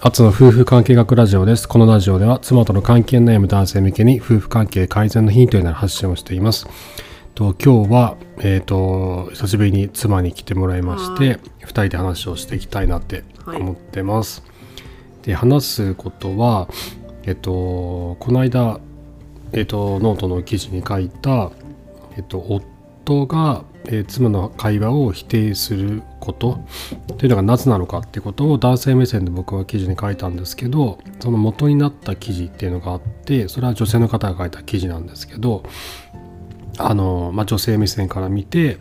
初の夫婦関係学ラジオです。このラジオでは妻との関係に悩む男性向けに夫婦関係改善のヒントになる発信をしています。と今日は、えー、と久しぶりに妻に来てもらいまして2人で話をしていきたいなってはい思ってます。で話すことは、えっとこの間、えっとノートの記事に書いた、えっと夫が、えー妻の会話を否定することというのがなぜなのかってことを男性目線で僕は記事に書いたんですけどその元になった記事っていうのがあってそれは女性の方が書いた記事なんですけどあの、まあ、女性目線から見て、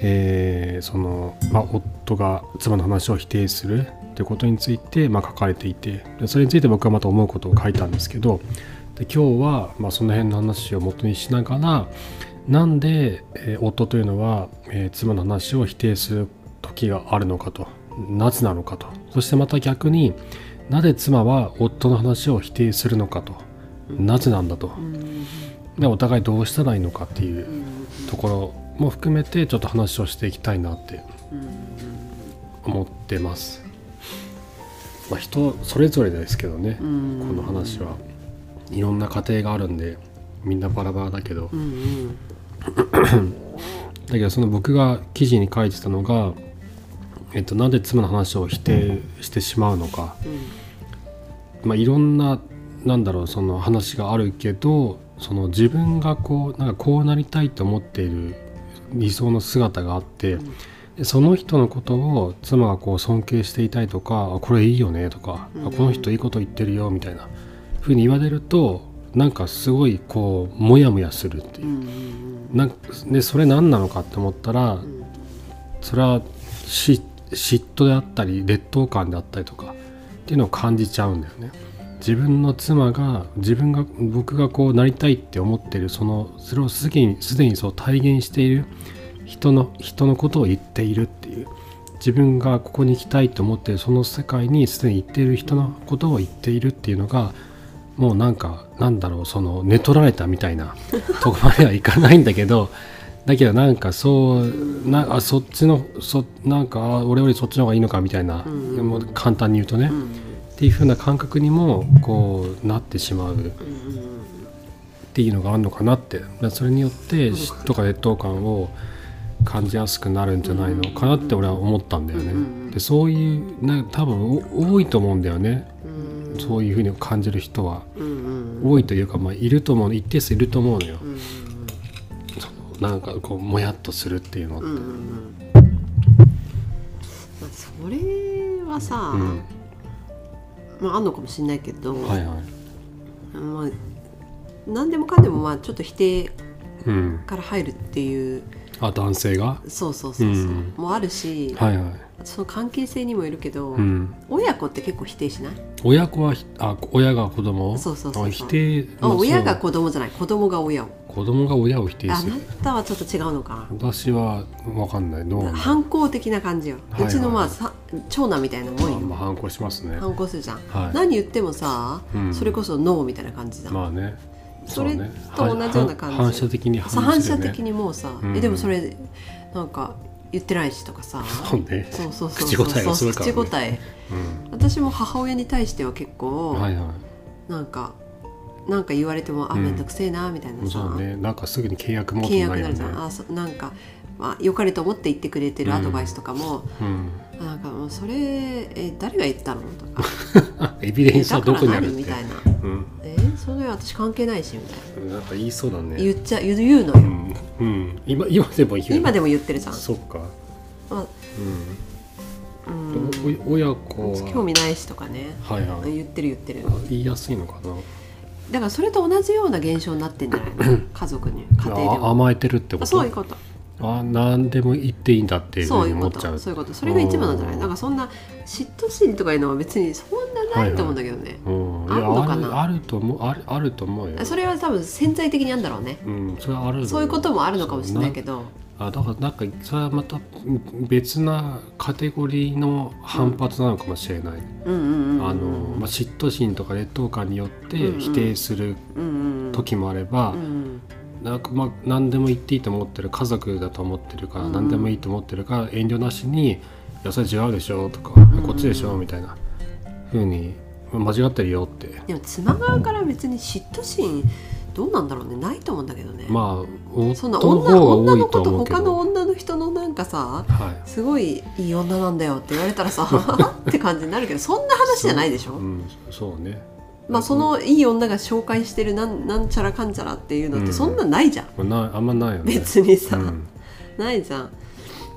えーそのまあ、夫が妻の話を否定するということについて、まあ、書かれていてでそれについて僕はまた思うことを書いたんですけどで今日は、まあ、その辺の話を元にしながらなんで、えー夫というのは、えー妻の話を否定する時があるのかとなぜなのかとそしてまた逆になぜ妻は夫の話を否定するのかとなぜなんだとうんでお互いどうしたらいいのかっていううんところも含めてちょっと話をしていきたいなって思ってます。まあ、人それぞれですけどね、うんこの話はいろんな家庭があるんでみんなバラバラだけど、うんだけどその僕が記事に書いてたのが、えっと、なんで妻の話を否定してしまうのか、まあ、いろんななんだろうその話があるけどその自分がこうなんかこうなりたいと思っている理想の姿があって、でその人のことを妻がこう尊敬していたりとかあこれいいよねとか、あこの人いいこと言ってるよみたいなふうに言われるとなんかすごいこうモヤモヤするっていうう。んなんかでそれ何なのかって思ったら、それはし嫉妬であったり劣等感であったりとかっていうのを感じちゃうんだよね。自分の妻が自分が僕がこうなりたいって思ってるそのそれをすでにすでにそう体現している人の人のことを言っているっていう自分がここに行きたいと思ってるその世界にすでに行っている人のことを言っているっていうのがもうなんかなんだろうその寝取られたみたいなとこまではいかないんだけどだけどなんかそうなあそっちのそなんかあ俺よりそっちの方がいいのかみたいな、もう簡単に言うとね、っていう風な感覚にもこうなってしまうっていうのがあるのかなってでそれによって嫉妬か劣等感を感じやすくなるんじゃないのかなって俺は思ったんだよね。でそういうな多分お多いと思うんだよねそういう風に感じる人は。多いというか、まあ、いると思う一定数いると思うのよ、そのなんかこうもやっとするっていうのって、まあそれはさ、うんまああんのかもしれないけど、はいはいまあ何でもかんでもまあちょっと否定うんから入るっていうあ男性がそうそうそうそう、うんもあるし、はいはいその関係性にもいるけど、うん親子って結構否定しない親子はひあ親が子供をそうそうそうそうあ否定あまあ親がそう子供じゃない子供が親を子供が親を否定あするなたはちょっと違うのか私は分かんないどうななんだ反抗的な感じよ、はいはいうちのまあさ長男みたいなもんまよ、あ、まあ、反抗しますね反抗するじゃん、はい何言ってもさ、うんそれこそノーみたいな感じだ、まあねそれうねと同じような感じ反射的にさ反反する射よね的にもうさ、うんえでもそれなんか言ってないしとかさそうねそうそうそう口答えがすそうるから、ね、口答えうん私も母親に対しては結構、はいはいなんかなんか言われてもあうんめんどくせえなみたいなさ、そうねなんかすぐに契約も契約になるじゃん、あそなんか、まあ、良かれと思って言ってくれてるアドバイスとかも、うん あなんかもうそれえ誰が言ったのとかエビデンスはだかどこらにあ何るってみたいなうん、えそれ私関係ないしみたいなんか言いそうだなね言っちゃ言う言うのうよん、うん、今今でも言う今でも言ってるじゃん、そっかまあ、ううんん、でもお親子は興味ないしとかねはいはい言ってる言ってる言いやすいのかなだからそれと同じような現象になってんじゃない の家族に家庭であも甘えてるってことそういうことあ何でも言っていいんだっていうふそうういにう思こっちゃとうそういうことそれが一番なんじゃないなんかそんな嫉妬心とかいうのは別にそんなないと思うんだけどね、うん、いあるやのあかなるあると思うあるあると思うよそれは多分潜在的にあるんだろうねうん、それはあるよそういうこともあるのかもしれないけどあだからなんかそれはまたうん別なカテゴリーの反発なのかもしれない、うんうんうんあのまあ、嫉妬心とか劣等感によってうんうん否定するうんうん時もあれば、うんなんかまあ何でも言っていいと思ってる家族だと思ってるから、うん何でもいいと思ってるから遠慮なしに「いやそれ違うでしょ」とか、こっちでしょ」みたいなふうに間違ってるよってでも妻側から別に嫉妬心どうなんだろうねないと思うんだけどね、まあそんな夫の方が女女多のいと子と思うけ他のど女の人のなんかさはいすごいいい女なんだよって言われたら さって感じになるけどそんな話じゃないでしょ、うん、そうねまあ、そのいい女が紹介してるなんなんちゃらかんちゃらっていうのってそんなんないじゃん、まあなあんまないよね別にさ、うんないじゃん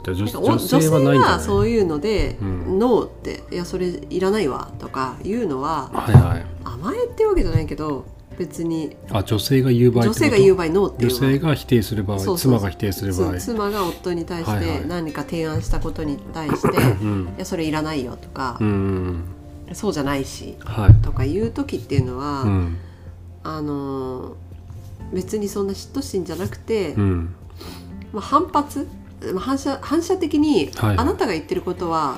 じゃあ女お女性はないんじゃ女ない性そういうのでう「んノー」って「いやそれいらないわ」とか言うのははいはい甘えってわけじゃないけど別にあ女性が言う場合って女こと性が言う場合「ノー」ってい女うの性はが否定する場合そうそ妻うが否定する場合つ妻が夫に対しはいはてい何か提案したことに対して「う いんやそれいらないよ」とかうんうん「そうじゃないしはい」とか言う時っていうのは、うんあのー別にそんな嫉妬心じゃなくて、うんまあ、反発まあ反射反射的に、はいあなたが言ってることは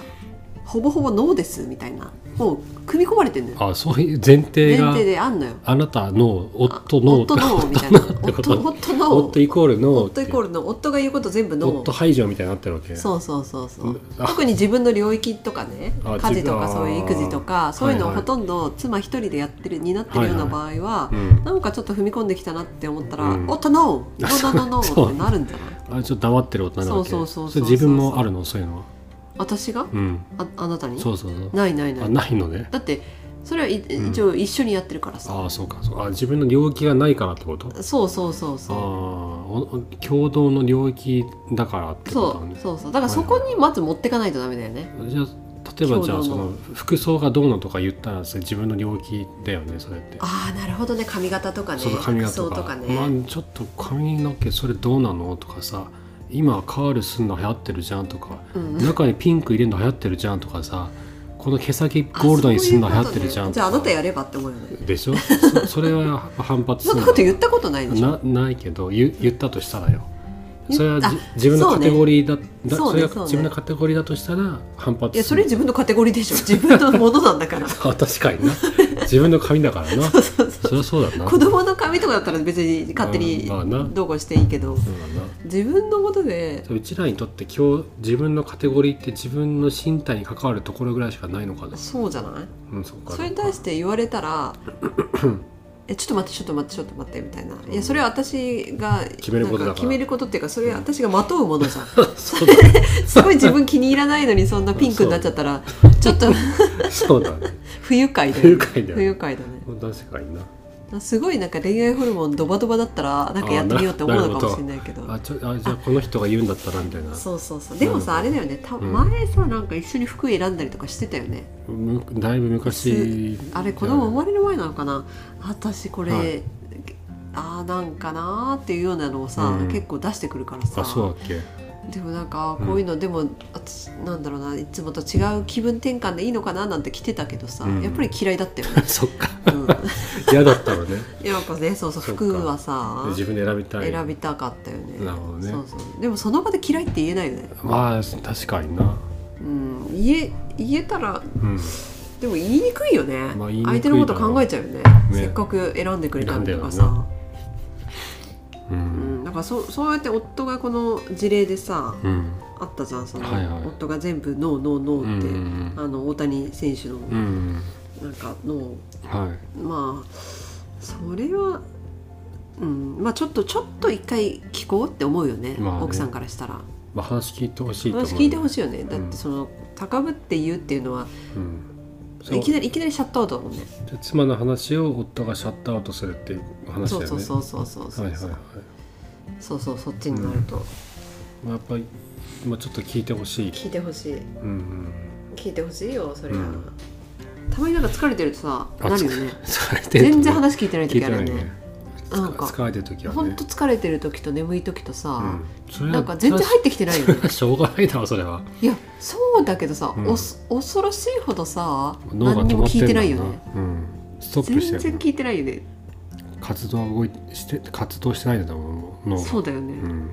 ほぼほぼノーですみたいなもう組み込まれてるのよあそういう前提前が提であんのよあなたのあ夫の 夫ノーみたいなてこ夫と夫ノー夫イコールの夫イコールの夫が言うこと全部ノ夫ー排除みたいになってるわけそうそうそうそうあ特に自分の領域とかねあ家事とか自分そういう育児とあーかそういうのをはいはほいとんど妻一人でやってる担ってるような場合は、うんなんかちょっと踏み込んできたなって思ったらう「ん夫 ノーノーノーノーそうノー」ってなるんじゃないあちょっと黙ってる大人なわけそうそうそうそうれ自分もあるのそういうのは私がうんああなたにそうそうそうないないなあいないのねだってそれはいん一応一緒にやってるからさ、ああそうかそうあ自分の領域がないからってことそうそうそうああそおお共同の領域だからっうてことそなんうでそうそうだからそこにまず持ってかないとダメだよねじゃあ例えばじゃ共同あのその服装がどうのとか言ったらそれ自分の領域だよねそれってああなるほどね髪型とかねその髪型服と装かとかね、まあ、ちょっと髪の毛それどうなのとかさ今カールすんの流行ってるじゃんとか、うん中にピンク入れるの流行ってるじゃんとかさこの毛先ゴールドにすんの流行ってるじゃんあそういうことねじとゃあかあなたやればって思うよねでしょそ それは反発すそんるなこと言ったことないでしょなないけど言言ったとしたらよ言っそれはじあ自分のそカうねテゴリーだだそうそねれそがうね自分のカテゴリーだとしたら反発するいやそれ自分のカテゴリ ーでしょ自分のものなんだからあ確かにな自分の髪だ からなそりゃそうだな子供の髪とかだったら別に勝手うにんまあなどうこうしていいけどそうだな自分のことでうちらにとって今日自分のカテゴリーって自分の身体に関わるところぐらいしかないのかな。そうじゃないうん、そうか。それに対して言われたら「えちょっと待ってちょっと待ってちょっと待って」みたいな「いやそれは私が決めることだからなん決めることっていうかそれは私がまとうものじゃん」 そうだね。 すごい自分気に入らないのにそんなピンクになっちゃったらちょっと そうだね。不愉快だよ不ね愉快だよ不愉快だね確かにな。すごいなんか恋愛ホルモンドバドバだったらなんかやってみようって思うのかもしれないけどあ、ちょ、あ、じゃあこの人が言うんだったらみたいな。そうそうそうでもさあなれだよねたうん前さなんか一緒に服選んだりとかしてたよねむだいぶ昔。あれ子供生まれる前なのかな私これ、はいあーなんかなーっていうようなのをさ、うん結構出してくるからさあ、そうだっけ。 でもなんかこういうの、でも私なんだろうないつもと違う気分転換でいいのかななんて着てたけどさ、うん、やっぱり嫌いだったよねそっか。うん、嫌だったの ね。やっぱねそうそうそっか服はさ自分で選びたい。選びたかったよねなるほどねそうそうでもその場で嫌いって言えないよね、まあ、確かにな。うん、言え言えたらうん。でも言いにくいよね,、まあ言いにくいだろう相手のこと考えちゃうよねせっかく選んでくれたのとかなんださ、う。うんん、なんかそそうやって夫がこの事例でさうん。あったじゃんその、はいはい夫が全部ノーノーノーって、うんあの大谷選手のうん。なんかノはーまあそれは、うんまあ、ちょっとちょっと一回聞こうって思うよね,、まあね奥さんからしたらい。まあ、話聞いてほしいと思う。話聞いてほしい。しいよねだってその高ぶって言うっていうのはうん。そういきなりいきなりシャットアウトだもんねで妻の話を夫がシャットアウトするっていう話だそようね。そうそうそうそうそう、はいはいはい。そうそうそっちになると、まあ、やっぱり、まあ、ちょっと聞いてほしい。聞いてほしいうんうん。聞いてほしいよそれは、うんたまになんか疲れてるとさあなるよね 疲れてる時 全然話聞いてない聞い時てあるなよいねね。なんか疲れてる時はほんねと。疲れてる時と眠い時とうさ、んそれはなんか全然入ってきてないよねそれはし ょうがないだろそれは。いやそうだけどさ、うんおそ恐ろしいほどさ脳が何止にまもって聞いんてだろないうよなね。うん。ストップして全る然よ。聞いてないよね活動は動いして活動してないんだもん脳が。そうだよね、うん。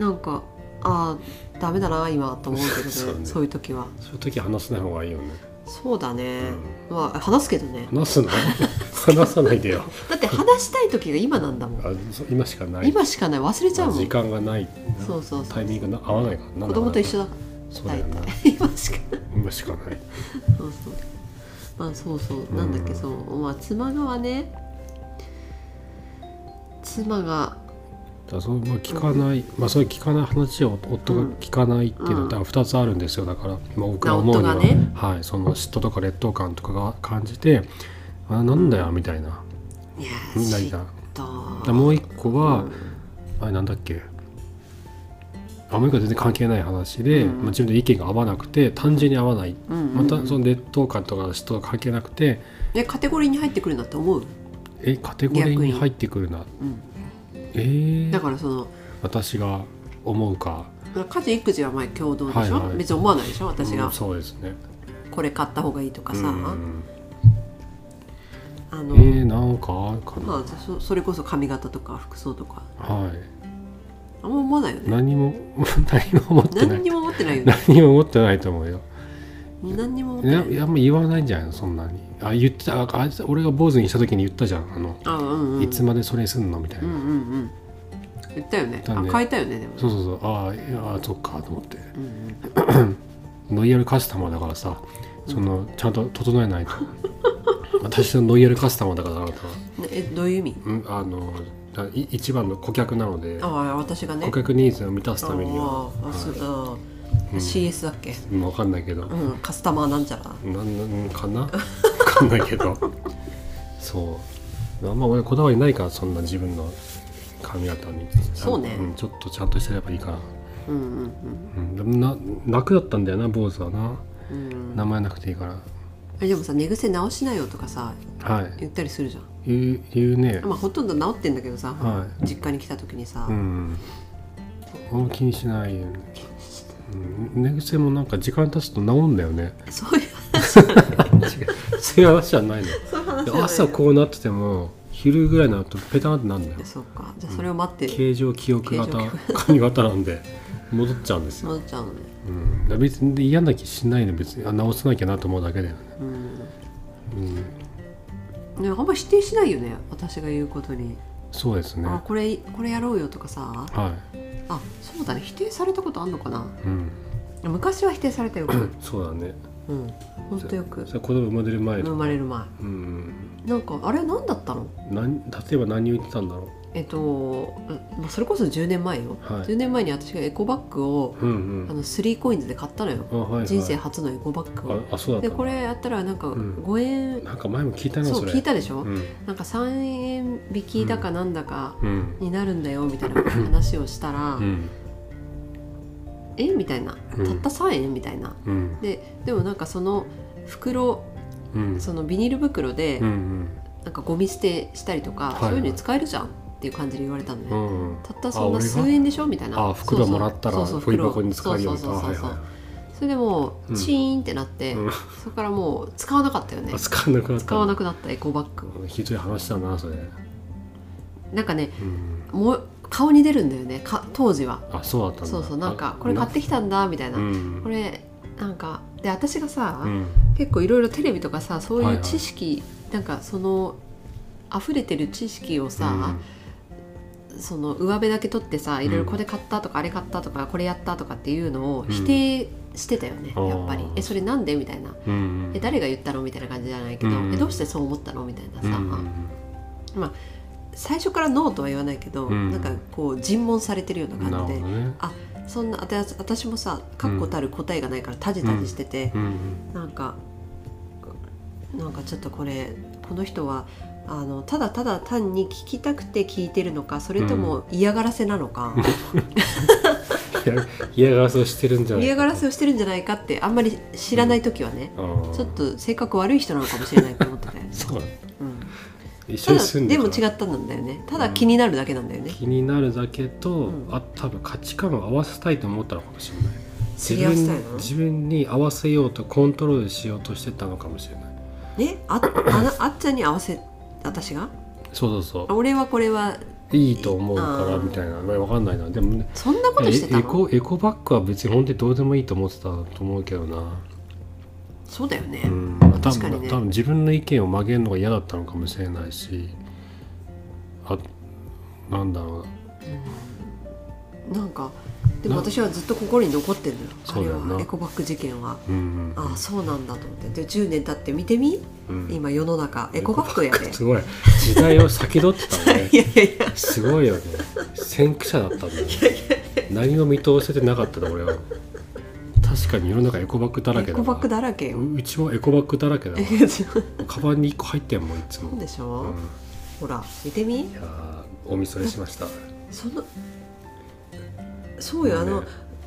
なんかああダメだな今と思うけどね そそううねいう時はそういう時は話さない方がいいよね。そうだね、まあ話すけどね話すの？ 話さないでよ。だって話したい時が今なんだもんあそう今しかない。今しかない忘れちゃうもん時間がない。そうそうそうタイミングが合わないからな。子供と一緒だ。だかそうらだ大よ体な。今しかない今しかない。そうそう まあそうそう、なんだっけうんそうまあ妻側ね妻がだからそのまあ聞かない、まあそういう聞かない話を夫が聞かないっていうのうはだんから2つあるんですよだから、まあ、僕あが思うには、夫がねはい、その嫉妬とか劣等感とかが感じてあなんだよみたいな、 「いやみんなーい嫉た妬だ」もう一個は、うんあれなんだっけあもう一個は全然関係ない話で、うんまあ、自分の意見が合わなくて単純に合わない、うんうんまたその劣等感とか嫉妬が関係なくてえカテゴリーに入ってくるんだと思う、えカテゴリーに入ってくるなうん、えーだからその私が思うか家事育児は前共同でしょ、はいはい別に思わないでしょ私うがんそうですねこれ買った方がいいとかさ、うんあえの、ー、なんかあるかな、まあそそれこそ髪型とか服装とかはいあんま思わないよね何も 何も思ってな何いにも思ってないよね何も思ってないと思うよ何にも思っていなやいいやあんま言わないんじゃないのそんなにあ言ってたああいつ俺が坊主にした時に言ったじゃんあの、あうんうんいつまでそれすんのみたいな、うんうんうん言ったよねだねあ変えたよねでもそうそうそうああいやそっかと思ってうんうんロイヤルカスタマーだからさそのちゃんと整え ないと私のロイヤルカスタマーだからあなたはねえどういう意味うんあのだい一番の顧客なのでああ私がね顧客ニーズを満たすあためにはああそうはあうん CS だっけ分かんないけど、うんカスタマーなんちゃらなんなんかなわかんないけ どそうあんま俺こだわりないからそんな自分の髪型にそうねんちょっとちゃんとしてればいいから、うんうんうん、でもな楽だったんだよな坊主はなうんうん名前なくていいからえでもさ寝癖直しなよとかさはい言ったりするじゃん言う言うねまあほとんど治ってんだけどさは実家に来た時にさうんあんま気にしないよね、うん、寝癖もなんか時間経つと治んだよねそういうそういう話じゃないのそういう話じでゃない朝こうなってても昼ぐらいになるとペタンってなるんだよそうかじゃあそれを待って形状記憶型形状髪型なんで戻っちゃうんですよ、戻っちゃうのねうん、だから別に嫌な気しないの別にあ直さなきゃなと思うだけだよね、うんうん、ね、あんまり否定しないよね私が言うことに、そうですねあは、これこれやろうよとかさあそうだね否定されたことあんのかないうん、昔は否定されたよくそうだねうんほんとよくそれ子供生まれる前生まれる前うんなんかあれ何だったのなん例えば何を言ってたんだろえっと、うんまあ、それこそ10年前よ、はい10年前に私がエコバッグをううあんうんの3コインズで買ったのよあはいはい人生初のエコバッグをああそうだったでのこれやったらなんかうん5円、なんか前も聞いたなそそうれ聞いたでしょ、うんなんか3円引きだかなんだかうんになるんだよ みたいな話をしたら、うんえみたいなうんたった3円みたいなうんででもなんかその袋うんそのビニール袋でうんなんかゴミ捨てしたりとか、はいそういうのに使えるじゃんっていう感じで言われたのね、うんうんたったそんなあ俺が数円でしょみたいなあ袋もらったらそうそうゴミ箱に使えるようにそうそうあそはういそう、はそれでもううんチーンってなって、うんそこからもう使わなかったよねいあ使わなくなった使わなくなったエコバッグひどい話だなそれ、なんかねうん、もう顔に出るんだよねか当時はあそうだったんだそうそうなんあかこれ買ってきたんだみたいな、うんこれなんかで私がさ、うん結構いろいろテレビとかさそうはいいはうい知識、なんかその溢れてる知識をさ、その上辺だけ取ってさいろいろこれ買ったとか、あれ買ったとかこれやったとかっていうのをうん否定してたよね、あーやっぱりえそれなんでみたいなうんうんえ誰が言ったのみたいな感じじゃないけど、うんえどうしてそう思ったのみたいなうさ、んうん最初からノーとは言わないけど、うんなんかこう尋問されてるようななる感ほじどで。ねそんなあた私もさ確固たる答えがないからタジタジしてて、うんうんなんかなんかちょっとこれこの人はあのただただ単に聞きたくて聞いてるのかそれとも嫌がらせなの か、いや嫌がらせをしてるんじゃない嫌がらせをしてるんじゃないかってあんまり知らない時はね、あー、ちょっと性格悪い人なのかもしれないと思ってたよね そううん、一緒たにだ住んででたもら違ったんだよねただ気になるだけなんだよね、気になるだけと、んあ多分価値観を合わせたいと思ったのかもしれない知自り合わせたい分の自分に合わせようとコントロールしようとしてたのかもしれないねああなあっちゃんに合わせ私がそうそうそ俺はこれはういいと思うかあらーみたいなわかんないなでもねそんなことしてたエのコエコバッグは別に本当にどうでもいいと思ってたと思うけどな、そうだよね、うん、多確かに分ね多分自分の意見を曲げるのが嫌だったのかもしれないしあなんだろうななんかでも私はずっと心に残ってるのよあそうれだよなはエコバッグ事件はうんああそうなんだと思ってで10年経って見てみうん今世の中エコバッグやで、すごい時代を先取ってたね いやいやいやすごいよね先駆者だったんだよ、ね、何も見通せてなかっただ俺は確かに世の中エコバッグだらけだエコわバッグだらけよ、ううちもエコバッグだらけだわ そカバンに1個入ってんもんいつもうでしょ、うんほら見てみいやーおみそれしましたそのそうよ、もうねあの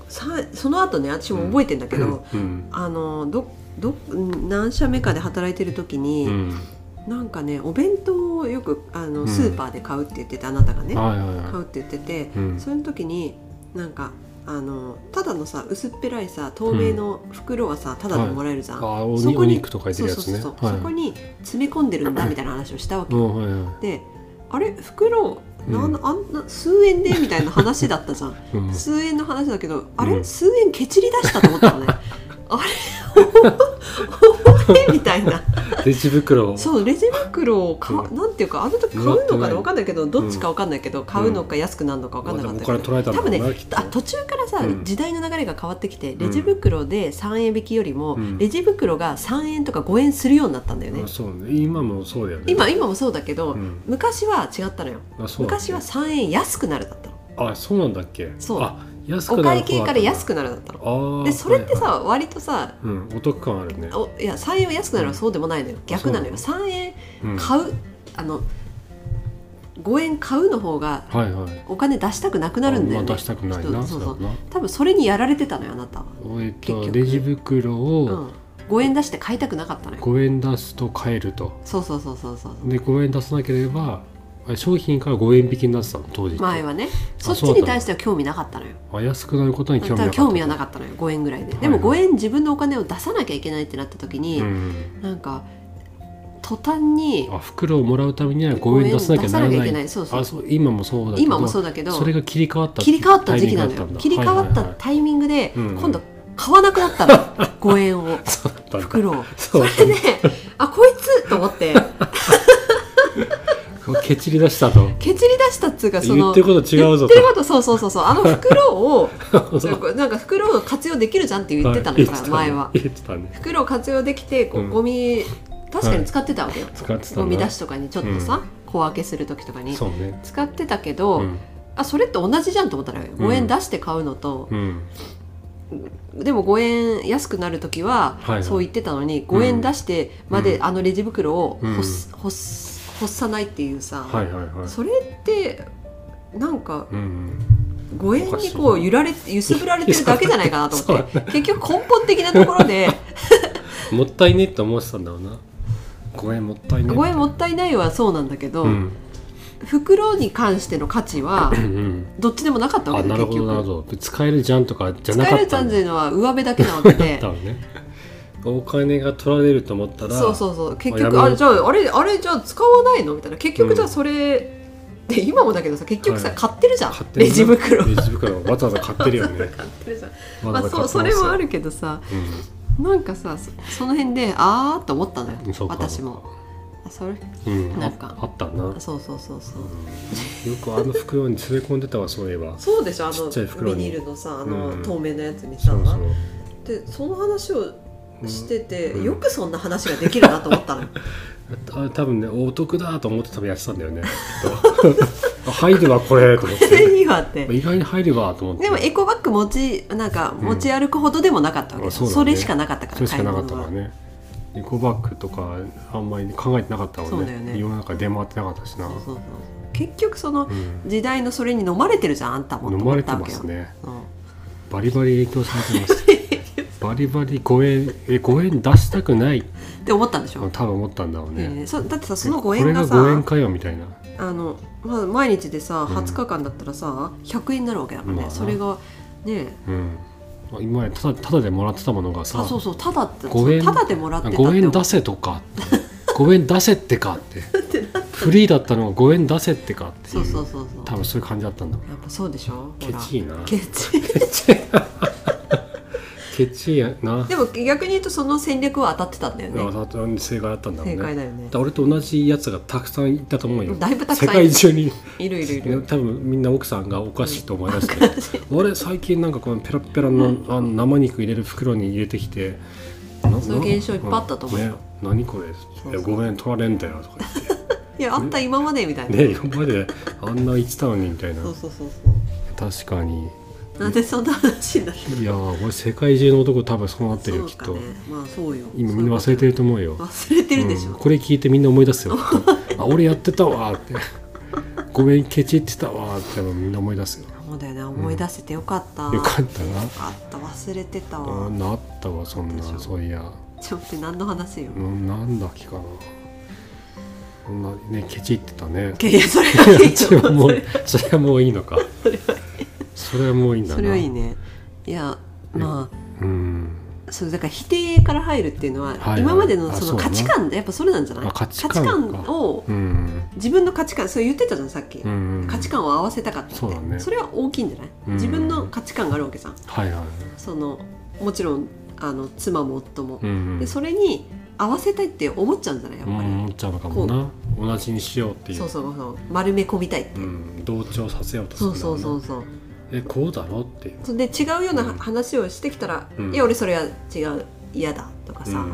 さその後ね私も覚えてんだけど、うんあのどど何社目かで働いてる時に、うん、なんかねお弁当をよくあの、うんスーパーで買うって言っててあなたがねはいはい買はうって言ってて、い、うん、その時になんかあのただのさ薄っぺらいさ透明の袋はさ、ただでもらえるじゃん、あおにそこおに肉とか入ってそうるやそうつそうねそう、はいそこに詰め込んでるん だみたいな話をしたわけ、うんはいはであれ袋なん、うあんな数円でみたいな話だったじゃんい、うん、数円の話だけどあれ、うん数円ケチり出したと思ったのねあ れお 前みたいなレジ袋をそうレジ袋を買う、うなんていうかあの時買うの狙ってかないな分かんないけどどっちか分かんないけど、買うのか安くなるのか分かんなかったけど、まあでもお金取られたんだ多ろう分なねきっとあ途中からさ、うん時代の流れが変わってきてんレジ袋で3円引きよりも、うんレジ袋が3円とか5円するようになったんだよね、あそうね今もそうだよね今今もそうだけど、うん昔は違ったのよあそうだっけ昔は3円安くなるだったのあそうなんだっけそうあ安くおなる会計から安くくなるだったのあーでそれってさ、はいは割とさいうん、お得感あるね、おいや3円は安くなるはそうでもないのよ逆なのよ3円うん、は買う、あの5円買うの方がいはいお金出したくなくなるんだよあね、まあ、出したくないなそううそうだな多分それにやられてたのよあなたは、えっ結と局レジ袋うをん、5円出して買いたくなかったのよ、 5円出すと買えると、そうそうそうそうそうで5円出さなければあ商品から5円引きになってたの当時って前はねそあっちそうだったのに対しては興味なかったのよあ安くなることに興味なかだった興味はなかったのよ5円ぐらいでではいもは5い円自分のお金を出さなきゃいけないってなった時に、うん、なんか途端にあ袋をもらうためには5円出さなきゃなら5円出さなきゃないけないそうそうあそう今もそうだけど今もそうだけどそれが切り替わった切り替わった時期なのタイミングだよったんだ切り替わはったいはいはいタイミングでうん今度買わなくなったの5 円をそうだったんだ袋をそそうれであこいつと思ってこうケチり出したと蹴散り出したっつう かそ言っのてること違うぞ言ってることそうそうそうそうあの袋をとそうこうなんか袋を活用できるじゃんって言ってたのよ、はい前は言ってたね袋を活用できてこうんうゴミ、確かに使ってたわけよ、使ってたなゴミ出しとかにちょっとさ、小分けする時とかにそうね使ってたけど、うんあそれって同じじゃんと思ったのよ5円出して買うのと、うんでも5円安くなる時ははいはいそう言ってたのに、5円出してまでうんあのレジ袋を干す、干す干さないっていうさ、はいはいはいそれってなんかうん5円にこおかしういな揺られ揺すぶられてるだけじゃないかなと 思っそうて結局根本的なところで もったいねって思ってたんだろうな5円もったいね5円もったいないはそうなんだけど、うん袋に関しての価 値はうんうんどっちでもなかったわあけでなる結ほどなる局ほど使えるじゃんとかじゃな使かえっるチたャんンだジのは上辺だけなわ けで多分ねお金が取られると思ったらそうそうそう結やめよう局あれじゃああれあれじゃあ使わないのみたいな結う局んじゃあそれ、で今もだけどさ結局さ、はい買ってるじゃん買ってるレジ袋レジ袋 わざわざ買ってる よね買ってるじゃん、まわあ、ざわざそ買っうてますそれよもあるけどさなんかさそその辺でああと思ったのようんそうか私もあそれうんあなんかあったなそうそうそうそう、よくあの袋に連れ込んでたわそういえばそうでしょあちっのちゃい袋ビにニールのさあの、うん透明のやつにさそうそうでその話をしてて、うんよくそんな話ができるなと思っ たのよあ多分ねお得だと思って多分やってたんだよねきっと あ入るわこれと思っそれていいわって意外に入るわと思ってでもエコバッグ持ちなんか持ち歩くほどでもなかったわけです、うんあそうそだねれしかなかったからそれしかなかったから買いねエコバッグとかあんまり考えてなかったもんねそうだよね世の中出回ってなかったしな物はそうそうそう結局そのう時代のそれに飲まれてるじゃんあんたもん、飲まれてますねと思っバリバリ影響されてます バリバリ5円え5円出したくないたわけようんって思ったんでし多ょ、分思ったんだろうねえね、ねえそだってさそのこ5れが円が5円さかよみたいなあの、まあ、毎日でさうん20日間だったらさ100円になるわけだからね、まあなそれがねうんまあ今までただただでもらってたものがさあそうそうただって5円ただでもらってたって5円出せとか5円出せってか ってフリーだったのが5円出せってかっていそううそうそうそう多分そういう感じだったんだろうやっぱそうでしょケチいなほらケチケチケチやな でも逆に言うとその戦略は当たってたんだよあねさ正解だったんだろう正ね解だよねだ俺と同じやつがたくさんいたと思うよだいぶたくさん世界中にいるいるいる多分みんな奥さんがおかしいと思い出して、 あれ最近なんかこのペラペラのあの生肉入れる袋に入れてきてなそういう現象いっぱいあったと思うね、何これそういやごめん取られんだよとか いやあった今までみたいな、言ってね今まであんな言ってたのにみたいなそうそうそうそ確かにうなんでそんな話になっいやー俺世界中の男多分そうなってるよ、そうきっかとねまあそうよ今みんな忘れてると思うよ忘れてるでしうんょ、これ聞いてみんな思い出 すよあ俺やってたわーってごめんケチってたわーってみんな思い出すよそうだよね思い出せてよかった、よかったなよかった忘れてたあわ、なったわそんなでしょそういやちょっと何の話よ、うんなんだっけかなそんなねケチってたねいやそれはい いそれはよもうそれはもういいのかそれはもういいんだなそれはいいねいやまあうんそうだから否定から入るっていうのは、はい今までのあそそのうだな価値観やっぱそれなんじゃないあ価値観かをうん自分の価値観そう言ってたじゃんさっき、うん価値観を合わせたかったってそうだねれは大きいんじゃない、うん自分の価値観があるわけじゃんはいはいそのもちろんあの妻も夫も、うんでそれに合わせたいって思っちゃうんじゃないやっうぱり、ん思っちゃうのかもな同じにしようっていうそうそうそう丸め込みたいってういう、ん同調させようとすそるんうだそろうなそうそうえこうだろっていうそれで違うような話をしてきたら「うんいや俺それは違う嫌だ」とかさ、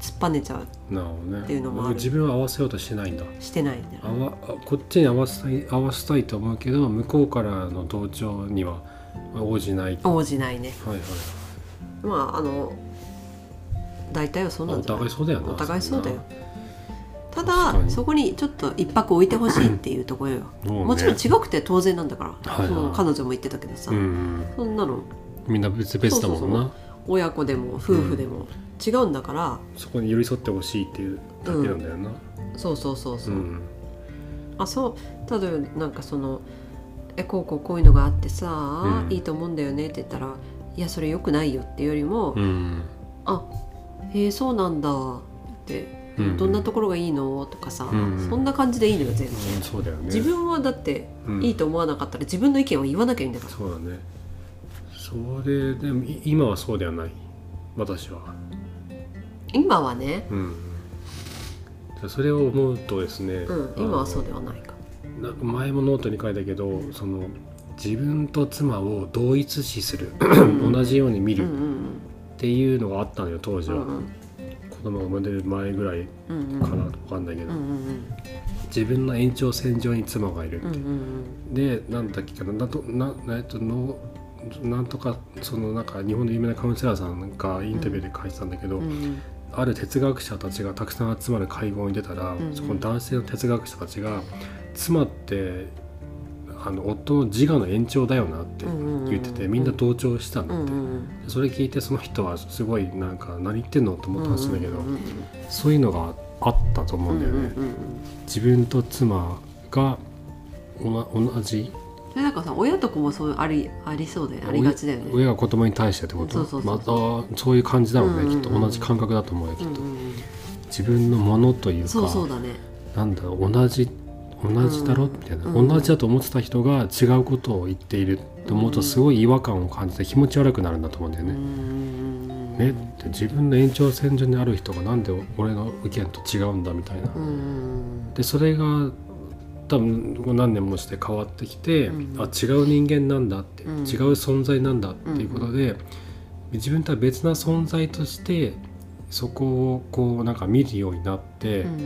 突っぱねちゃううん、なるほどねっていうのもある自分は合わせようとしてないんだしてないんだよあわあこっちに合わせたい合わせたいと思うけど向こうからの同調には応じないはい応じないねはいまああの大体はそうなんおじゃな互いいそうだよなお互いそうだよた確かだにそこにちょっと一泊置いてほしいっていうところよ、そうねもちろん違くて当然なんだから、はいはいその彼女も言ってたけどさ、そんなうんそんなのみんな別々だもんな親子でも夫婦でも違うんだから、そこに寄り添ってほしいっていうだけなんだよなそうそうそうそうう、んあそう例えばなんかその「えこうこうこういうのがあってさ、うんいいと思うんだよね」って言ったら「いやそれ良くないよ」っていうよりも「うんあへえそうなんだ」って「うんどんなところがいいの?」とかさ、うんそんな感じでいいのよ全部、うんそうだよね自分はだってうんいいと思わなかったら自分の意見を言わなきゃいいんだから、そうだねそれでもい今はそうではない私は今はね、うんじゃあそれを思うとですね、うん、今はそうではないかなんか前もノートに書いたけどその自分と妻を同一視する同じように見うんうるっんていうのがあったのよ当時うんうは、ん子供が生まれる前ぐらいうんうんかなわかんないけど、うんうん自分の延長線上に妻がいる、うんうんうんでなんだっけかななんとななえっとのなんとかそのなんか日本の有名なカウンセラーさんがインタビューで書いてたんだけど、うんうんある哲学者たちがたくさん集まる会合に出たら、んうんそこの男性の哲学者たちが妻ってあの夫の自我の延長だよなって言ってて、うんうんうんみんな同調したうの、んうんそれ聞いてその人はすごいなんか何言ってんのと思ったんですけど、うんうんそういうのがあったと思ううんんだよね、うんうん自分と妻がおな同じそれなんかさ親と子もそうありありそうだよねありがちだよね。親親が子供に対してってことそうそうそうまたそういう感じだろうね、うんうんうんきっと同じ感覚だと思うよきうっんと、うん自分のものといううん、かそうそうだね。なんだろう同じ同じだろみたいな、うん同じだと思ってた人が違うことを言っていると思うとすごい違和感を感じて気持ち悪くなるんだと思うんだようんうね。んねって自分の延長線上にある人がなんで俺の意見と違うんだみたいな。うんうんでそれが多分何年もして変わってきて、うんあ違う人間なんだって、うん違う存在なんだっていうことで、自分とは別な存在としてそこをこうなんか見るようになって。うんうん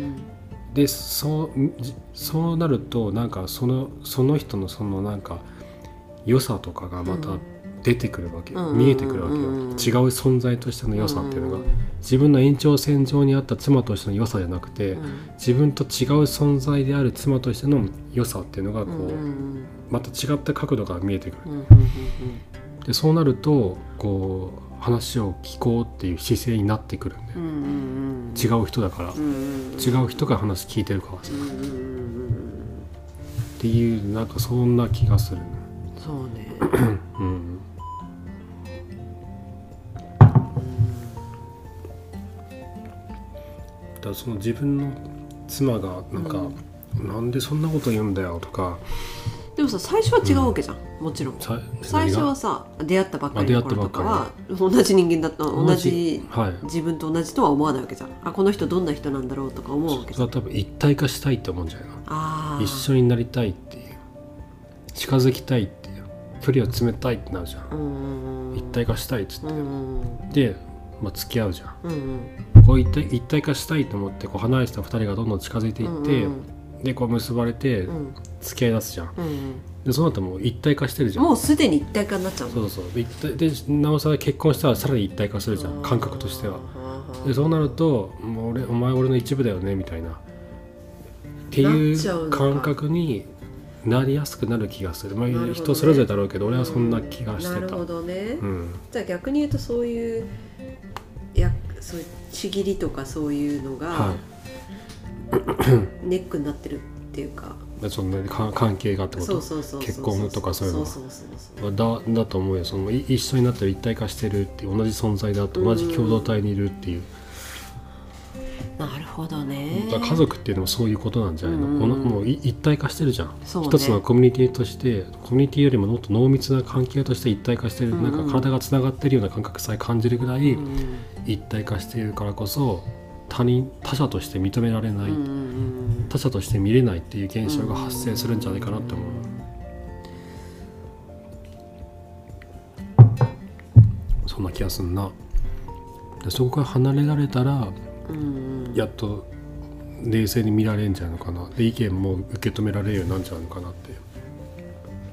でそうみじそうなるとなんかそのその人のそのなんか良さとかがまうたん出てくるわけ、うんうんうんうん見えてくるわけよ、違う存在としての良さっていうのが、うん自分の延長線上にあった妻としての良さじゃなくて、うん自分と違う存在である妻としての良さっていうのがこう、うんうんまた違った角度が見えてくうるんうんでそうなるとこう話を聞こうっていう姿勢になってくるんだようんうんうんう違んう人だから、うんうんうん違う人が話聞いてるからさ、うんうんうんっていうなんかそんな気がするねうんそうね。うんだからその自分の妻がなんか、なんでそんなこと言うんだよとかでもさ最初は違うわけじゃん。もちろんさ最初何はがさ出会ったばっかりの頃とかはあ同じ人間だった同じはい自分と同じとは思わないわけじゃんあこの人どんな人なんだろうとか思うわけそれじゃんは多分一体化したいって思うんじゃないのああ一緒になりたいっていう近づきたいっていう距離を詰めたいってなるじゃんうん一体化したいっつっうんうんてで、まあ、付き合うじゃんうんうんこう一体一体化したいと思ってこう離れてた2人がどんどん近づいていって、うんでこう結ばれてうん付き合い出すじゃんうんでその後もう一体化してるじうんゃんもうすでに一体化になっちゃうそうそうで一体でなおさら結婚したらさらに一体化するじゃん感覚としてはでそうなると「もう俺お前俺の一部だよね」みたいなっていなっちゃううのか感覚になりやすくなる気がするまあなるほどね人それぞれだろうけど俺はそんな気がしてなるた、ほどね、うん、じゃあ逆に言うとそういういやそういうちぎりとかそういうのはがネックになってるっていうか、いでそんなにか関係がってこそうとそうそうそう結婚とかそういうのはそうそうそうそうだだと思うよそのい一緒になってる一体化してるっていう同じ存在だと同じ共同体にいるっていう、なるほどねだから家族っていうのもそういうことなんじゃないの、うんこのもうい一体化してるじゃん、そうね一つのコミュニティとしてコミュニティよりももっと濃密な関係として一体化してる、うんなんか体がつながってるような感覚さえ感じるぐらいうん一体化しているからこそ他人他者として認められない、うんうん他者として見れないっていう現象が発生するんじゃないかなって思う、そんな気がすんなでそこから離れられたらうんうんやっと冷静に見られるんじゃないのかなで意見も受け止められるようになるんじゃないのかなって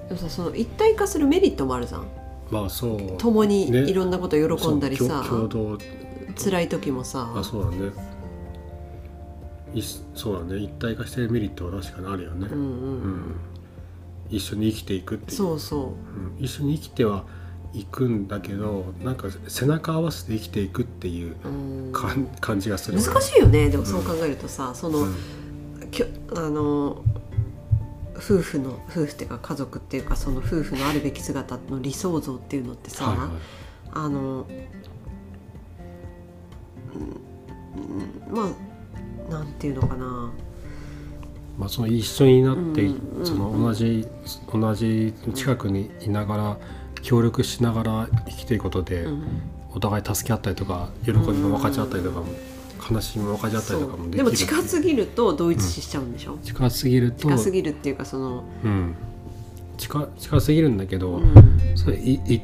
でもさその一体化するメリットもあるじゃんまあそう共にねいろんなことを喜んだりさ、そう共共同辛い時もさあそうだねいそうだね一体化してるメリットは確かにあるよね、うんうんうん一緒に生きていくっていうそうそうん一緒に生きてはいくんだけどなんか背中合わせて生きていくっていうう、うん、かん感じがする難い、しいよねでもそう考えるとさ、その、うんきょあの夫婦の夫婦っていうか家族っていうかその夫婦のあるべき姿の理想像っていうのってさ、はいはいあの、うん、まあなんていうのかなまあ、その一緒になって、うんうんその同じ同じ近くにいながら協力しながら生きていくことで、うんお互い助け合ったりとか喜びも分かち合ったりとかも、悲しみも分かち合ったりとかもそうできでるも近すぎると同一視しちゃうんでしょ、近すぎると近すぎるっていうかその、うん、近近すぎるんだけど、うんそれい一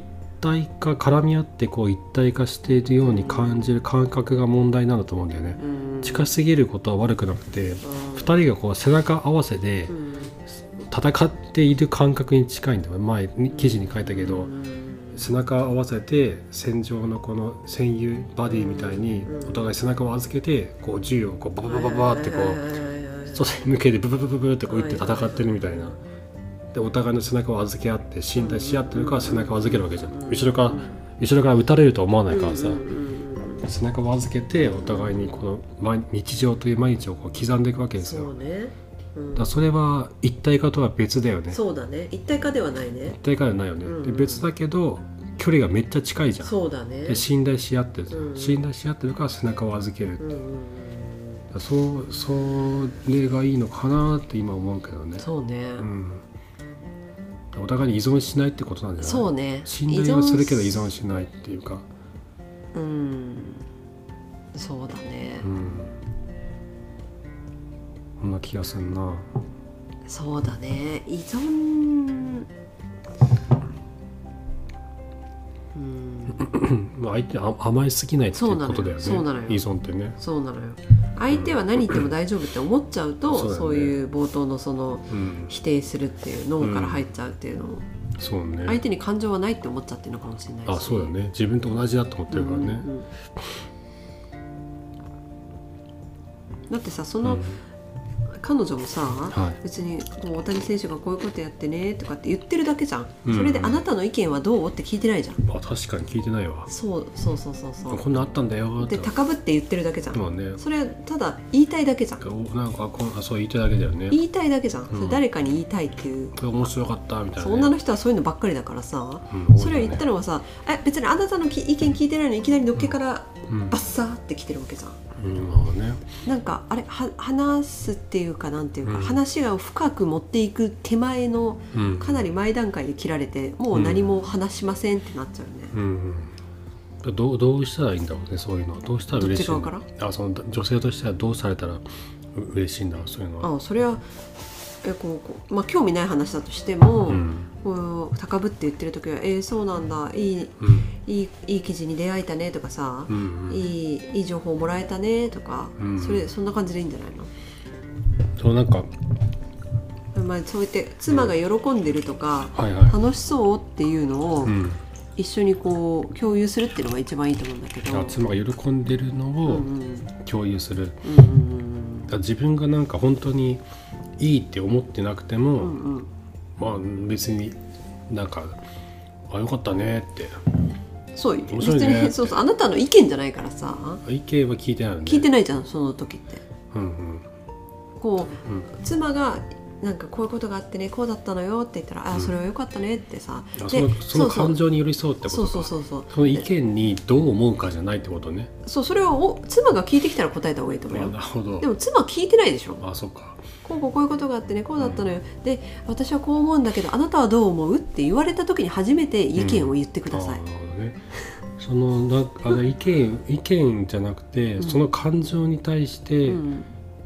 体化絡み合ってこう一体化しているように感じる感覚が問題なんだと思うんだよね。うん、近すぎることは悪くなくて2人がこう背中合わせでうん戦っている感覚に近いんだよ前に記事に書いたけどうん背中合わせて戦場のこの戦友バディみたいにうんお互い背中を預けてこう銃をこうバババババってこはいうはいはいはいはい外に向けてブブブブブってこう打って戦ってるみたいなでお互いの背中を預け合って信頼し合ってるから背中を預けるわけじゃん後ろから後ろから撃たれるとは思わないからさうんうんうんうん背中を預けてお互いにこの毎日常という毎日をこう刻んでいくわけですよそうね、うんだからそれは一体化とは別だよねそうだね一体化ではないね一体化じゃないよね、うんで別だけど距離がめっちゃ近いじゃんそうだねで信頼し合ってるじゃん、うん信頼し合ってるから背中を預ける、うんうんうんそうそれがいいのかなって今思うけどねそうね、うんお互いに依存しないってことなんじゃないそうね信頼はするけど依存しないっていうか、うんそうだねう、ん、そんな気がするなそうだね依存うん まあ相手に甘甘えすぎないっていうことだよねそうなのよそうなのよ依存ってね、そうなのよ相手は何言っても大丈夫って思っちゃうと、そうだよねそういう冒頭のそのうん、否定するっていう脳から入っちゃうっていうのを、そうね相手に感情はないって思っちゃってるのかもしれないしあそうだね自分と同じだと思ってるからね、うんうんうんだってさそうんの、彼女もさ、はい別にこう大谷選手がこういうことやってねとかって言ってるだけじゃん、うんそれであなたの意見はどうって聞いてないじゃんあ確かに聞いてないわそうそうそうそうそうこんなんあったんだよーってで高ぶって言ってるだけじゃん、まあねそれはただ言いたいだけじゃんおなんかこんあそう言ってるだけだよね言いたいだけじゃん、それうん誰かに言いたいっていうこれ面白かったみたいな、そう女の人はそういうのばっかりだからさ、うんそれを言ったのはさ、え別にあなたのき意見聞いてないのにいきなりのっけからうんバッサーって来てるわけじゃん、うんまあねなんかあれは話すっていういうかなんていうか、うん話を深く持っていく手前のうんかなり前段階で切られてもう何も話しませんってなっちゃうね、うんうん、どうどうしたらいいんだろうねそういうのはどうしたら嬉しいどっのち側かあその女性としてはどうされたらう嬉しいんだろうそういうのは。あそれはえこうこう、まあ、興味ない話だとしても、うんこう高ぶって言ってる時は「えーそうなんだいいうんいいいい記事に出会えたね」とかさ、うんうん、いいいい情報もらえたね」とか、うんそれそんな感じでいいんじゃないのそうなんかまあ、そうやって妻が喜んでるとか、はいはい、楽しそうっていうのをうん、一緒にこう共有するっていうのが一番いいと思うんだけど。あ妻が喜んでるのうんうをん共有する、だかうんうんら自分がなんか本当にいいって思ってなくても、うんうんまあ別になんか「あよかったね」ってそうよ面別白いねに そうそうあなたの意見じゃないからさ意見は聞いてないのね聞いてないじゃんその時ってうんうんこう、うん妻がなんかこういうことがあってねこうだったのよって言ったら、あそれはよかったねってさあそでのその感情に寄り添うってことかそうそうそうそうその意見にどう思うかじゃないってことね。そうそれをお妻が聞いてきたら答えた方がいいと思うあよなるほどで。も妻聞いてないでしょあ、そっか。こうこうこういうことがあってねこうだったのよ、で私はこう思うんだけどあなたはどう思うって言われた時に初めて意見を言ってくあだーさ、ないるほどね。そのなあの意見意見じゃなくて、んその感情に対してうん、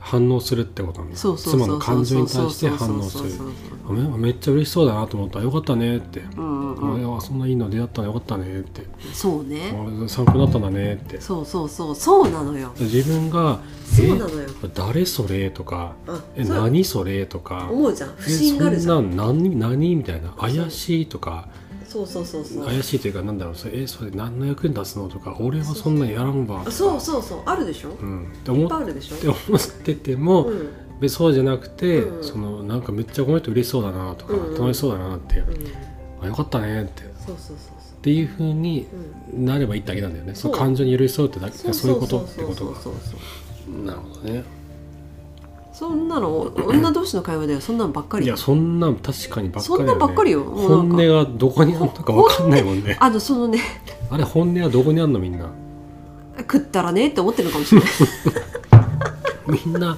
反応するってことなんだ。そうそう妻そのう感情にそ対うしてそうそう反応すそうるそう。あめめっちゃ嬉しそうだなと思った。よかったねって。うんあうんうんいやそんないいの出会ったらよかったねって。そうあね参考になったんだねって。そうそうそうそうなのよ自分がそうなのよえ誰それとかあえそう何それとか。思うじゃん不え信があるじゃんそんなん何何みたいな怪しいとかそうそうそうそう怪しいというかなんだろうそれえそれ何の役に立つのとか俺はそんなんやらんわとかそうそうそうあるでしょ、う、ん、ってい思っぱいっあるでしょて思ってても、うん別にそうじゃなくて、うんそのなんかめっちゃこの人嬉しそうだなとか、うんうん楽しそうだなって、うんあよかったねってっそうそうそうそていう風にううんなればいいだけなんだよねそそうの感情に寄り添うってだけそういうことそうってそうことそうがそうそうなるほどねそんなの女同士の会話ではそんなんばっかりいやそんなん確かにばっかりだよ、ね、そんなんばっかりよもう本なん音がかどこにあるのかわかんないもんねあのそのね あれ本音はどこにあるのみんな食ったらねって思ってるのかもしれないみんな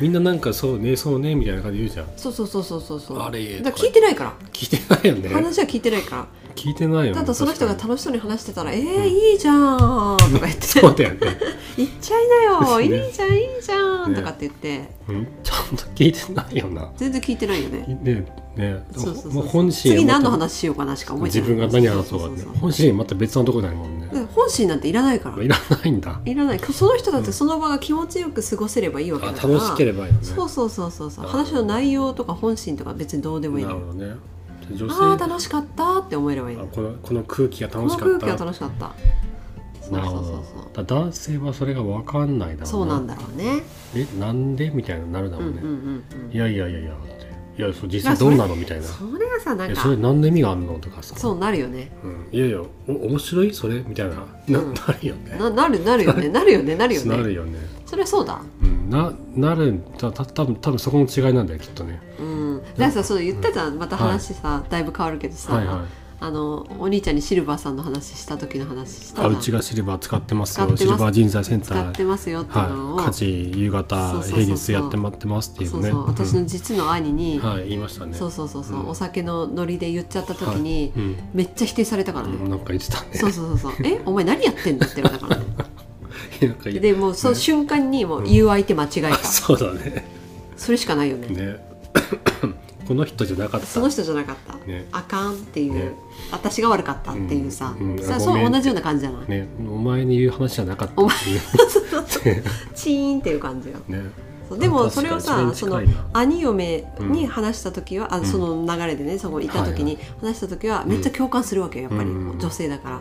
みんななんかそうねそうねみたいな感じで言うじゃんそうそうそうそうそうそうあれだから聞いてないから聞いてないよね話は聞いてないか聞いてないよらねただその人が確か楽しそうに話してたら「えー、いいじゃん」とか言っに てそうだよね、 「行っちゃい なよねいいじゃんいいじゃん」ねとかって言ってうん、ちゃんと聞いてないよな全然聞いてないよねねねそうそもうそうう本心は次何の話しようかなしか思えて自な分いが何話そうかそっうてそうそう本心また別のとこになるもんねだから本心なんていらないからいらないんだいらないその人だってその場が気持ちよく過ごせればいいわあけだから楽しければいいよねそうそうそうそうそう話の内容とか本心とか別にどうでもいいなるのほどね女性ああ楽しかったって思えればいいあのこのこの空気がこ楽のしか空っ気はた楽しかったそうなるそほうどそうだから男性はそれが分かんないだろうそうそうなんだろうねえなんでみたいになるだうんろううんね、うんうんいやいやいやいやっていやそう実際どうなのみたいなそれはさなんえかそれ何の意味があるのとかさ、そうなるよねうん、いやいやお面白いそれみたいなな,、うんなるよねななるなるよねなるよねなるよなねるよね、それはそうだうん、ななるたた多分多分そこの違いなんだよきっとねうんじゃあさそう言ったじゃんまた話さだいぶ変わるけどはいはさいあのお兄ちゃんにシルバーさんの話した時の話したあうじちゃんがシルバー使ってます使ってよますシルバー人材センタ使ってーますよっていうのをはい、家事夕そ方うそうそうそう平日やって待ってますっていそううねそう私うのん実の兄に、はい言いましたねそうそうそうそう、うんお酒のノリで言っちゃった時はいに、うんめっちゃ否定されたからね、うんなんか言ってたねそうそうそうそう 「えお前何やってんだ」って言われたからねなんか言ってでもうその瞬間にもう言う相手間違えた、 そうだねそれしかないよねね この人じゃなかったその人じゃなかった、ねあかんっていう、ね私が悪かったっていうさ、うんうんさあそごめうん同じような感じじゃない、ね、お前に言う話じゃなかったおっていう チーンっていう感じよね。そうでも確かそにれをさそそれのに近いな兄嫁に話した時は、あその流れでねそこいた時に話した時はめっちゃ共感するわけよやっぱり、うん女性だから、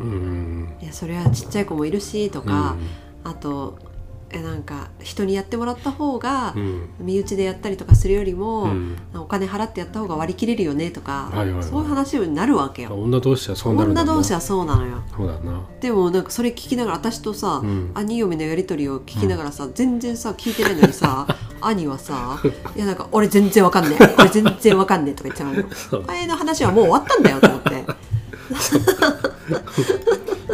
うんいやそれはちっちゃい子もいるしとか、あとえなんか人にやってもらった方がうん身内でやったりとかするよりも、うんお金払ってやった方が割り切れるよねとか、はいはいはいそういう話になるわけよ。女同士はそうなるんだ女な同士はそうなのよそうだなでもなんかそれ聞きながら私とさ、うん兄嫁のやり取りを聞きながらさ、全然さ聞いてないの にさ兄はさ「いやなんか俺全然わかんねえ俺全然わかんねえ」とか言っちゃうのよ そうお前の話はもう終わったんだよと思って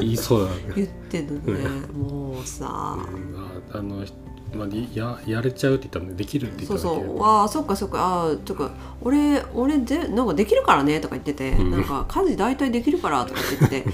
言いそうだね言ってんのねもうさうんああのひまあ、りややれちゃうって言ったもんねできるってそ言うっただそけう「わあそっかそっかあーとか俺俺でなんかできるからね」とか言ってて「うんなんか家事大体できるから」とか言 ってて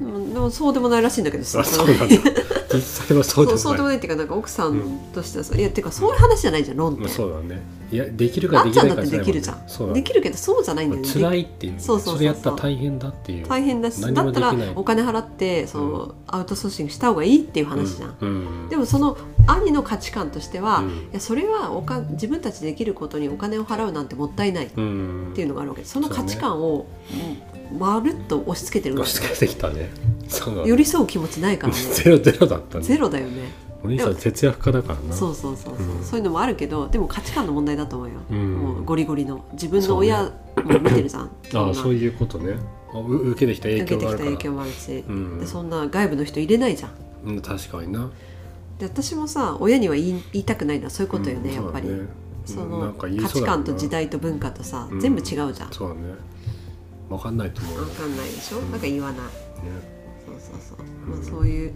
でもでもそうでもないらしいんだけどさあそうなんだ実際はそうでそもうそうでもないないっていうかなんか奥さうんんとしてはさ、いやっていうかそういう話じゃないじゃん論って、まあ、そうだねいやできるかあでっきちゃなんいだっかてできるじゃん、そうだでねきるけどそうじゃないんだまよあね、辛いっていうそうそうそうそうれやったら大変だっていう大変だし何だもっでたきらないお金払ってその、アウトソーシングした方がいいっていう話じゃん、うんうんでもその兄の価値観としては、うんいやそれはおか自分たちできることにお金を払うなんてもったいないっうんていうのがあるわけでその価値観をうんまるっと押し付けてるわ押けし付けてきたねそうだね寄り添う気持 ちないからねゼロゼロだったねゼロだよねお兄さん節約家だからなそうそうそうそう、うんそういうのもあるけどでも価値観の問題だと思うよ、うんもうゴリゴリの自分の親も見てるじゃん、 ああそんなそういうことねあう受けてきた影受け響てきがあるたから影響もあるし、うんでそんな外部の人入れないじゃうんん、確かになで私もさ親には言い言いたくないのはそういうことよね、うんやっぱりそうだねそうんなのんか言い価そ値うだもん観なと時代と文化とさ、うん全部違うじゃん分そうだねわかんないと思うよ、ねかんないでしょ、なんか言わないそうそうそう、まあ、そういう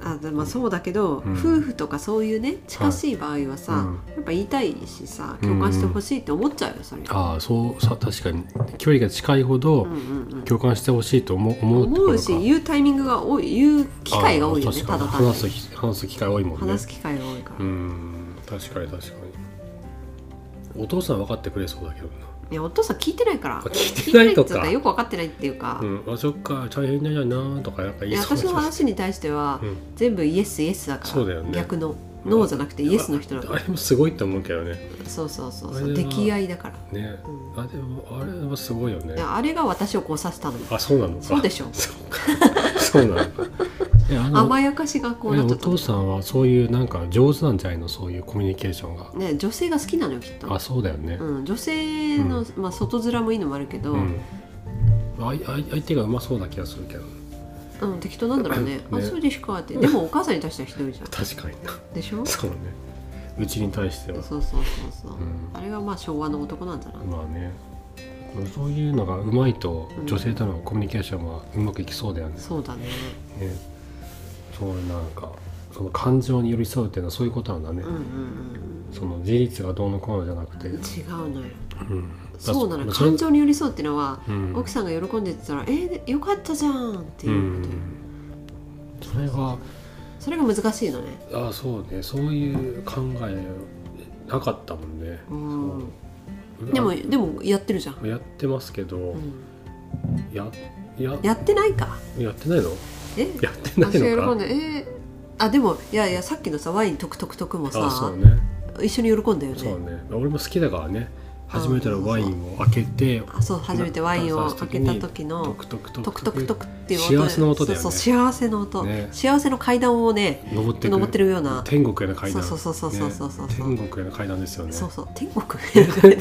あでまあそうだけど、うん夫婦とかそういうね近しい場合はさ、うんやっぱ言いたいしさ共感してほしいって思っちゃうよそれ、ああそうさ確かに距離が近いほどうんうん共感してほしいと思う思うん、うとこ思ろうかし言うタイミングが多い言う機会が多いよあねあただ確か単にに話す機話す機会多いもんね話す機会が多いから、ういん確かに確かにお父さん分かってくれそうだけどなやお父さん聞いてないから聞いてないと聞いてっかてうよく分かってないっていうか、うん、あそっか大変だよなとかなんかい言いやそう私のな話に対しては、うん全部イエスイエスだからそうだよね逆のノーじゃなくてイエスの人だかあれもすごいと思うけどねらそうそうそうあそれうは出来合いだから、ねうんあでもあれはすごいよいねやあれが私をこうさせたのよあそうなのかそうでしょそうか そうなのか いやあの甘やかしがこういなやっちゃおった父さんはそういうなんか上手なんじゃないのそういうコミュニケーションがね女性が好きなのよきっとあそうだよねうん、女性の、まあ、外面もいいのもあるけど、ううんん、あいあい相手がうまそうな気がするけど適当なんだろうねねあそうですかってでもお母さんに対してはひどいじゃん確かになでしょそそうねうちに対してはうそうそうそう、うんあれがまあ昭和の男なんじゃない、まあねそういうのがうまいと女性とのコミュニケーションはうまくいきそうだよね,、そうだねねそうなんかその感情に寄り添うっていうのはそういうことなんだね、うんうんうんその自立がどうのこうのじゃなくて、うん違うのようんそうなのだ感情に寄り添うっていうのは、うん奥さんが喜んでたら「えー、よかったじゃん」ってういうことよ、んそれがそれが難しいのねあそうねそういう考えなかったもんね、うんそうでもでもやってるじゃん、やってますけど、うんやややってないかやってないのえやってない私が喜のんかで「えーあでもいやいやさっきのさワイントクトクトクもあそさうね一緒に喜んだよねそうね俺も好きだからねあ初めてのワインを開けてあそう初めてワインを開けた時トのクトクトトククトクトクっていう幸せの音だよねそうそう幸せの音、ね幸せの階段をね登ってく登ってるような天国への階段そうそうそうそうそうそうね天国への階段ですよねそうそう天国 天国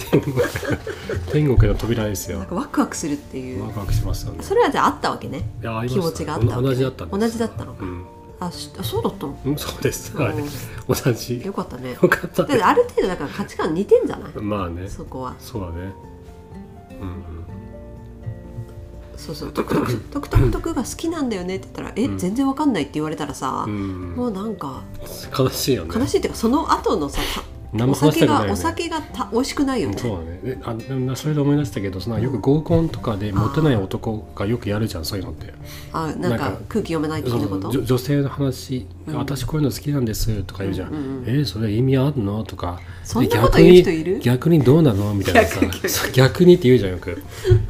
天国への扉ですなんよかワクワクするっていうワクワクしますよねそれはじゃああったわけねいやありました気持ちがあったわけね同じだったんです同じだったのかうんあしあそうだったのうんそうですはい同じよかったねよかっただってある程度だから価値観似てんじゃないまあねそこはそうだねうんうんそうそう「トクトク トクトクトクが好きなんだよね」って言ったら「えうん全然わかんない」って言われたらさ、うんもうなんか悲しいよね悲しいっていうかその後のさた何おも話し酒たくないよがねお酒がた美味しくないようんねそうだねであでもなそれで思い出したけどそのよく合コンとかでモテない男がよくやるじゃんそういうのってあなんなんかか空気読めない的そなのこと女女性の話、うん私こういうの好きなんです」とか言うじゃん「うんうんうんえーそれ意味あるの?」とかそんなでこと言う人いる逆に逆にどうなのみたいなさ逆逆そう逆にって言うじゃんよく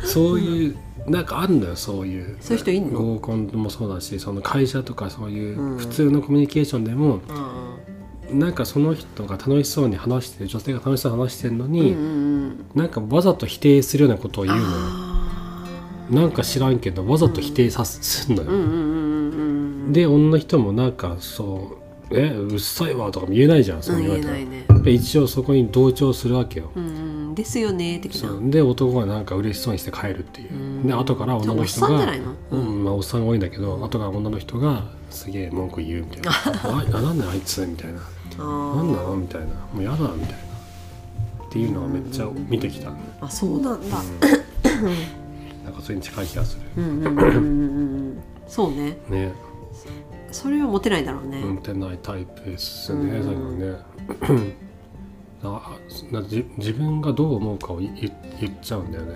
そういう、なんかあるんだよそういうそういう人いんの合コンもそうだしその会社とかそういううん普通のコミュニケーションでも、うんなんかその人が楽しそうに話してる女性が楽しそうに話してるのうんに、うんなんかわざと否定するようなことを言うのよあなんか知らんけどわざと否定さす,、ん、のーうんよ、うんうんうんうんで女の人もなんかそう「えうっさいわ」とかも言えないじゃんそううん言わ言えれたら、ないねで一応そこに同調するわけよ、うんうんですよね的なそうで男がなんか嬉しそうにして帰るっていう、うんで後から女の人がじゃあおっさんじゃないのうんまあ、おっさんが多いんだけど後から女の人がすげえ文句言うみた いな「ああなんだあいつ」みたいなあ「ーなんなの?」みたいな「もうやだ」みたいなっていうのはめっちゃ見てきたね、あそうなんだなんかそれに近い気がするうんうんうんうんうんうんそうねねそれは持てないだろうね、運転ないタイプですね、うん最後ね あなじ自分がどう思うかを言言言っちゃうんだよね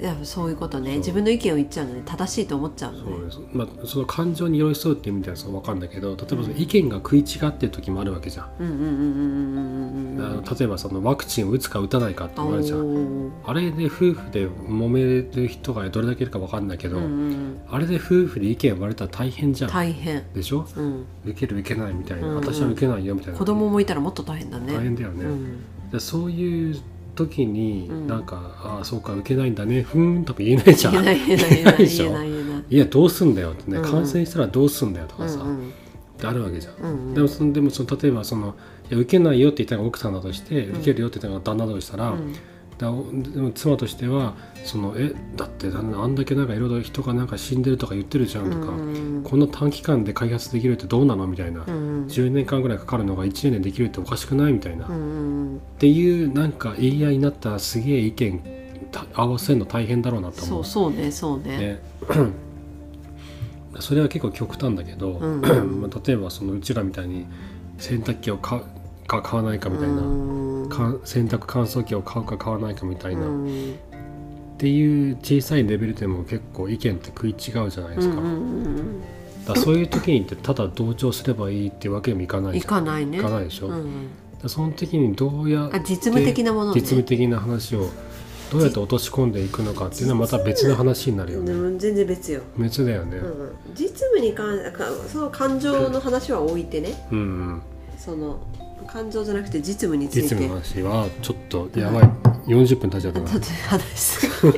いやそういうことそねう自分の意見を言っちゃうのね正しいと思っちゃうのそうねです、まあ、その感情に寄り添うっていうみたいなのは分かるんだけど例えばその意見が食い違ってる時もあるわけじゃん、うんうんうんうんうんうんうんあの例えばそのワクチンを打つか打たないかって言われちゃうおーあれで夫婦で揉める人がどれだけいるか分かんないけど、うんうんあれで夫婦で意見割れたら大変じゃん、大変、でしょうん、受ける受けないみたいな、うんうん私は受けないよみたいな子供もいたらもっと大変だね大変だよね、うんでそういう時に、うんなんか「ああそうか受けないんだねふーん」とか言えないじゃん言えない言えない言言ええなないいでし言ょえない言えないいやどうすんだよってね、うんうん感染したらどうすんだよとうかさ、んってあるわけじゃん、うんうんでもそのでもその例えばそのいや受けないよって言ったのが奥さんだとして、うん受けるよって言ったのが旦那だとしたら、うんだおでも妻としてはそのえだって旦那あんだけなんかいろいろ人がなんか死んでるとか言ってるじゃんとか、うんこんな短期間で開発できるってどうなのみたいな、うん10年間ぐらいかかるのが1年でできるっておかしくないみたいな、うっんていうなんか言い合いになったらすげえ意見た合わせるの大変だろうなとそ思ううそうねそうねね それは結構極端だけど、うん まあ、例えばそのうちらみたいに洗濯機を買うか買わないかみたいな、うんか洗濯乾燥機を買うか買わないかみたいな、うっんていう小さいレベルでも結構意見って食い違うじゃないですか,、うんうんうんだからそういう時にってただ同調すればいいってわけにもいかなうんいいじゃんかないねいかないでしょ、うだかんらその時にどうやあ実務的なものね実務的な話をどうやって落とし込んでいくのかっていうのはまた別の話になるよでねも全然別よ、別だよねうん、実務に関かその感情の話は置いてねうん、うんその感情じゃなくて実務について実務の話はちょっとやばい40分経っちゃったなちょっと話しすぎ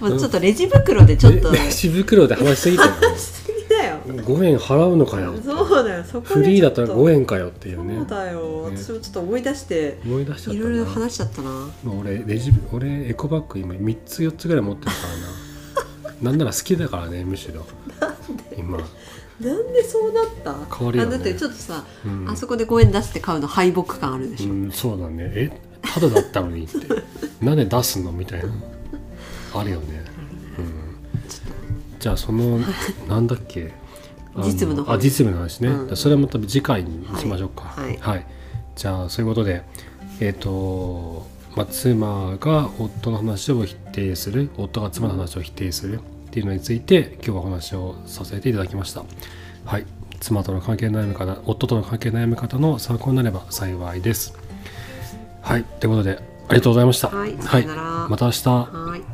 もうちょっとレジ袋でちょっと レレジ袋で話しすぎたよ話しすぎだよ5円払うのかよ そうだよそこフリーだったら5円円かよっていうそうねだよ、ね私もちょっと思い出して思い出しちゃっいたろいろな話しちゃったなもう俺レジ俺エコバッグ今3つ4つぐらい持って るからななんなら好きだからねむしろ今なんでそうなった変わるよねあだってちょっとさ、うんあそこで5円出して買うの敗北感あるでしょ、うんそうだねえただだったの にってなんで出すのみたいなあるよねうんじゃあ そのなんだっけあ実務の話あ実務の話ね、うんそれはまた次回にしましょうかはいはいじゃあそういうことでえっ、と、まあ、妻が夫の話を否定する夫が妻の話を否定するっていうのについて今日はお話をさせていただきましたはい妻との関係の悩み方夫との関係の悩み方の参考になれば幸いですはいということでありがとうございましたはいさよならまた明日はーい